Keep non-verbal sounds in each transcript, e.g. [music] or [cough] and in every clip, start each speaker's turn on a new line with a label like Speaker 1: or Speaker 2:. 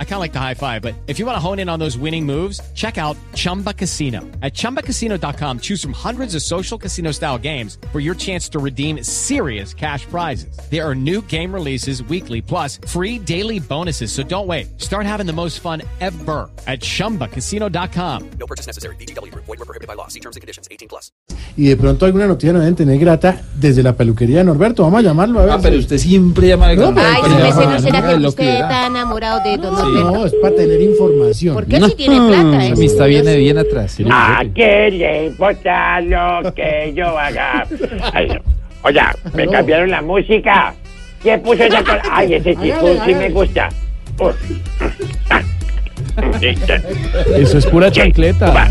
Speaker 1: I kind of like the high five, but if you want to hone in on those winning moves, check out Chumba Casino. At chumbacasino.com, choose from hundreds of social casino style games for your chance to redeem serious cash prizes. There are new game releases weekly, plus free daily bonuses. So don't wait. Start having the most fun ever at chumbacasino.com.
Speaker 2: No purchase necessary. BGW. Void were prohibited by law. See terms and conditions. 18 plus.
Speaker 3: Y de pronto alguna noticia nos deben tener grata desde la peluquería de Norberto. Vamos a llamarlo a ver.
Speaker 4: Ah,
Speaker 3: si-
Speaker 4: pero usted siempre llama de
Speaker 3: No, pero-
Speaker 4: Ay,
Speaker 5: Ay, don José, no será
Speaker 4: Ay,
Speaker 5: que
Speaker 4: lo
Speaker 5: usted
Speaker 4: que era.
Speaker 5: está enamorado de Don Norberto.
Speaker 3: No, es para tener información.
Speaker 5: Porque él sí tiene plata. ¿eh?
Speaker 4: Amistad viene bien atrás.
Speaker 6: ¿A qué le importa lo que yo haga? Ay, oiga, me
Speaker 3: Aló.
Speaker 6: cambiaron la música. ¿Quién puso esa cosa? Ay, ese chico
Speaker 3: Hágale,
Speaker 6: sí me
Speaker 3: hágale.
Speaker 6: gusta. Oh. Ah. Sí, sí.
Speaker 4: Eso es pura
Speaker 6: Va.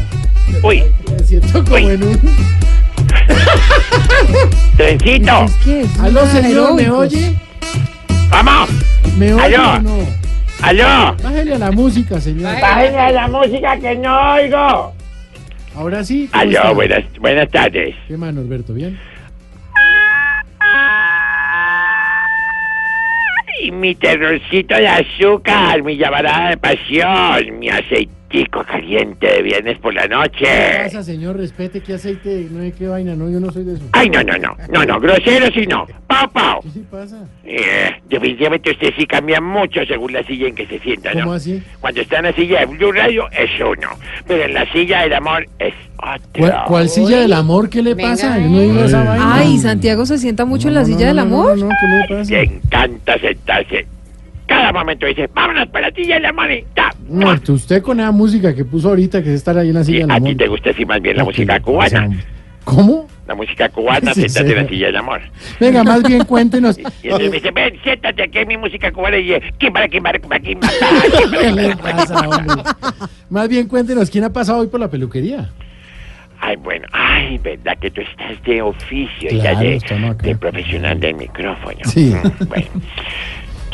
Speaker 6: Uy,
Speaker 3: Me siento como en un.
Speaker 6: trencito,
Speaker 3: Aló, señor, ¿me oye?
Speaker 6: vamos.
Speaker 3: ¿Me oye
Speaker 6: Aló.
Speaker 3: o no?
Speaker 6: Aló,
Speaker 3: Bájele a la música, señor.
Speaker 6: bájenle a la música que no oigo.
Speaker 3: Ahora sí. ¿cómo está?
Speaker 6: Aló, buenas, buenas tardes.
Speaker 3: ¿Qué más, Norberto? ¿Bien?
Speaker 6: Ay, mi terrorcito de azúcar, mi llamarada de pasión, mi aceitico caliente de viernes por la
Speaker 3: ¿Qué
Speaker 6: noche.
Speaker 3: pasa, señor? Respete qué aceite, no sé qué vaina, no, yo no soy de eso.
Speaker 6: Ay, no, no, no, no, no, grosero si no. Pau, pau.
Speaker 3: ¿Qué sí pasa?
Speaker 6: Eh, definitivamente usted sí cambia mucho según la silla en que se sienta, ¿no?
Speaker 3: ¿Cómo así?
Speaker 6: Cuando está en la silla de Blue Radio es uno, pero en la silla del amor es otro.
Speaker 3: ¿Cuál, cuál silla del amor? ¿Qué le pasa? Yo no digo esa vaina.
Speaker 7: Ay, Santiago se sienta mucho en la
Speaker 3: Mm. No, no,
Speaker 7: silla del
Speaker 3: no, no,
Speaker 7: amor.
Speaker 3: No, no, ¿qué le pasa?
Speaker 6: Le encanta sentarse. Cada momento dice, vámonos para la silla del amor. y ta, ta.
Speaker 3: Muerto, usted con esa música que puso ahorita que se está ahí en la
Speaker 6: Sí,
Speaker 3: silla del
Speaker 6: Eh, a
Speaker 3: amor. Ah,
Speaker 6: ti te gusta así más bien la
Speaker 3: Ok,
Speaker 6: música
Speaker 3: o sea,
Speaker 6: cubana.
Speaker 3: ¿Cómo?
Speaker 6: La música cubana,
Speaker 3: Sí, Ah, eh.
Speaker 6: siéntate en la
Speaker 3: señor.
Speaker 6: silla del amor.
Speaker 3: Venga, más bien cuéntenos.
Speaker 6: [laughs] Y entonces me dice, ven, siéntate aquí en mi música cubana. Y dice, ¿qué para, qué para, qué para, qué para?
Speaker 3: [laughs] ¿Qué le [laughs] pasa, hombre? Más bien cuéntenos quién ha pasado hoy por la peluquería.
Speaker 6: Ay, bueno, ay, verdad que tú estás de oficio,
Speaker 3: Claro,
Speaker 6: ya de,
Speaker 3: estamos acá.
Speaker 6: de profesional del micrófono.
Speaker 3: Sí.
Speaker 6: Mm, Bueno.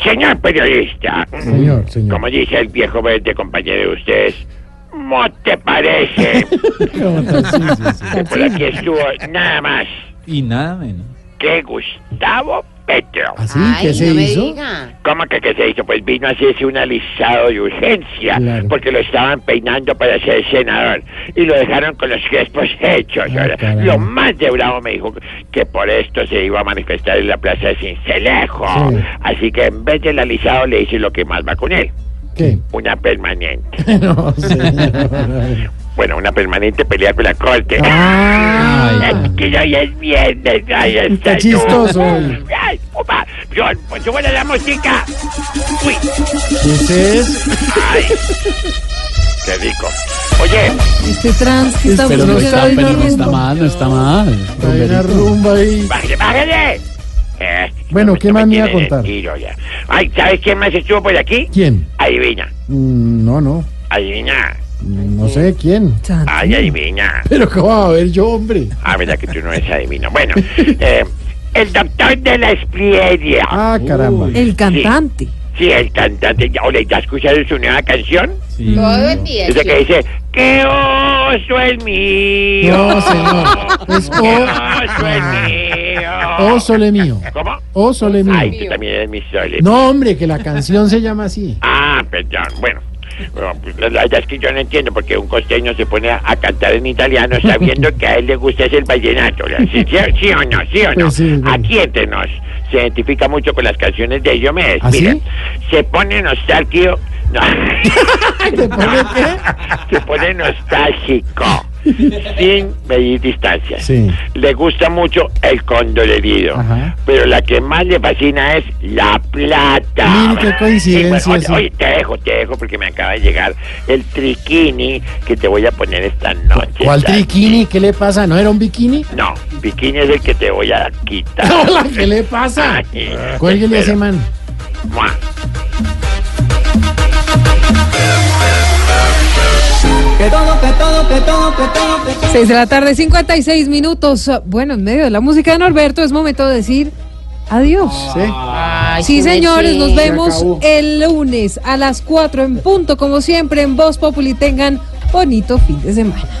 Speaker 6: Señor periodista, mm,
Speaker 3: Señor, señor.
Speaker 6: como dice el viejo verde compañero de ustedes, ¿cómo te
Speaker 3: [laughs]
Speaker 6: parece?
Speaker 3: ¿Cómo está? Sí, sí, sí. [laughs]
Speaker 6: que por aquí estuvo nada más
Speaker 4: Y nada menos.
Speaker 6: que Gustavo Petro.
Speaker 3: ¿Así?
Speaker 5: Ay,
Speaker 3: ¿Ah, ¿Qué se
Speaker 5: no me
Speaker 3: hizo?
Speaker 5: diga.
Speaker 6: ¿Cómo que qué se hizo? Pues vino a hacerse un alisado de urgencia,
Speaker 3: Claro.
Speaker 6: porque lo estaban peinando para ser senador y lo dejaron con los crespos hechos.
Speaker 3: Ah,
Speaker 6: Ahora,
Speaker 3: caramba.
Speaker 6: lo más de bravo me dijo que por esto se iba a manifestar en la plaza de Cincelejo.
Speaker 3: Sí.
Speaker 6: Así que en vez del alisado le hice lo que más va con él,
Speaker 3: ¿Qué? [laughs]
Speaker 6: una permanente.
Speaker 3: No,
Speaker 6: [laughs]
Speaker 3: señor.
Speaker 6: Bueno, una permanente pelea con la corte.
Speaker 3: Ah,
Speaker 6: Es que hoy es viernes, ay,
Speaker 3: Está
Speaker 6: está
Speaker 3: chistoso hoy.
Speaker 6: Ay, opa, yo, pues yo voy a la música. Uy.
Speaker 3: usted es...
Speaker 6: ¡Ay! ¡Qué rico! Oye,
Speaker 7: Este trans que está
Speaker 4: Pero no
Speaker 7: buscando
Speaker 4: está,
Speaker 7: ahí
Speaker 4: pero no
Speaker 7: rumbo.
Speaker 4: está mal, no está mal.
Speaker 3: Hay una rumba ahí.
Speaker 6: bájale, bájale. Eh,
Speaker 3: Bueno,
Speaker 6: no me-
Speaker 3: ¿qué
Speaker 6: no
Speaker 3: más me iba a
Speaker 6: tienen el
Speaker 3: contar?
Speaker 6: tiro ya. Ay, ¿sabes quién más estuvo por aquí?
Speaker 3: ¿Quién?
Speaker 6: Adivina,
Speaker 3: Mm, No, no.
Speaker 6: adivina,
Speaker 3: No sé quién.
Speaker 7: Santi.
Speaker 6: ay, adivina.
Speaker 3: Pero ¿cómo va a ver yo, hombre?
Speaker 6: Ah, verdad que tú no eres adivino.
Speaker 3: [laughs]
Speaker 6: Bueno, eh, el doctor de la esplieria.
Speaker 3: Ah, caramba.
Speaker 7: El cantante.
Speaker 6: Sí, el cantante. Ya- Oye, ¿ya escucharon su nueva canción?
Speaker 4: Sí.
Speaker 5: Todo el día.
Speaker 6: Esa que dice, ¡Qué oso el mío!
Speaker 3: No, señor. Es
Speaker 6: [laughs] ¡Qué oso
Speaker 3: o... O sole
Speaker 6: el mío!
Speaker 3: mío.
Speaker 6: ¿Cómo?
Speaker 3: O sole mío.
Speaker 6: Ay, tú también eres mi sol.
Speaker 3: No, hombre, que la canción se llama así.
Speaker 6: Ah, perdón. Bueno, bueno, pues, la verdad es que yo no entiendo porque un costeño se pone a, a cantar en italiano sabiendo que a él le gusta es el vallenato. ¿la- ¿Sí, sí, sí o no? ¿Sí o no?
Speaker 3: Pues sí, bueno.
Speaker 6: Aquíétenos. Se identifica mucho con las canciones de Diomedes.
Speaker 3: ¿Ah, sí?
Speaker 6: Miren, se pone nostálgico. [laughs] No.
Speaker 3: ¿Te pone qué?
Speaker 6: se pone nostálgico. Sin medir distancias.
Speaker 3: Sí.
Speaker 6: Le gusta mucho el cóndor herido.
Speaker 3: Ajá.
Speaker 6: Pero la que más le fascina es la plata.
Speaker 3: Mire qué coincidencia
Speaker 6: Sí, bueno,
Speaker 3: eso.
Speaker 6: oye, oye, te dejo, te dejo porque me acaba de llegar el triquini que te voy a poner esta noche.
Speaker 3: ¿Cuál
Speaker 6: Santi.
Speaker 3: triquini? ¿Qué le pasa? ¿No era un
Speaker 6: [laughs]
Speaker 3: bikini? [laughs]
Speaker 6: No, bikini es el que te voy a quitar.
Speaker 3: Hola, ¿qué le pasa?
Speaker 6: Ay,
Speaker 3: Cuélguele a ese
Speaker 6: pero,
Speaker 3: man.
Speaker 6: muah.
Speaker 7: Seis de la tarde, 56 minutos. Bueno, en medio de la música de Norberto es momento de decir adiós.
Speaker 3: Sí.
Speaker 7: Sí, señores, nos
Speaker 3: Se
Speaker 7: vemos
Speaker 3: acabó.
Speaker 7: el lunes a las 4 en punto, como siempre, en Voz Populi. Tengan bonito fin de semana.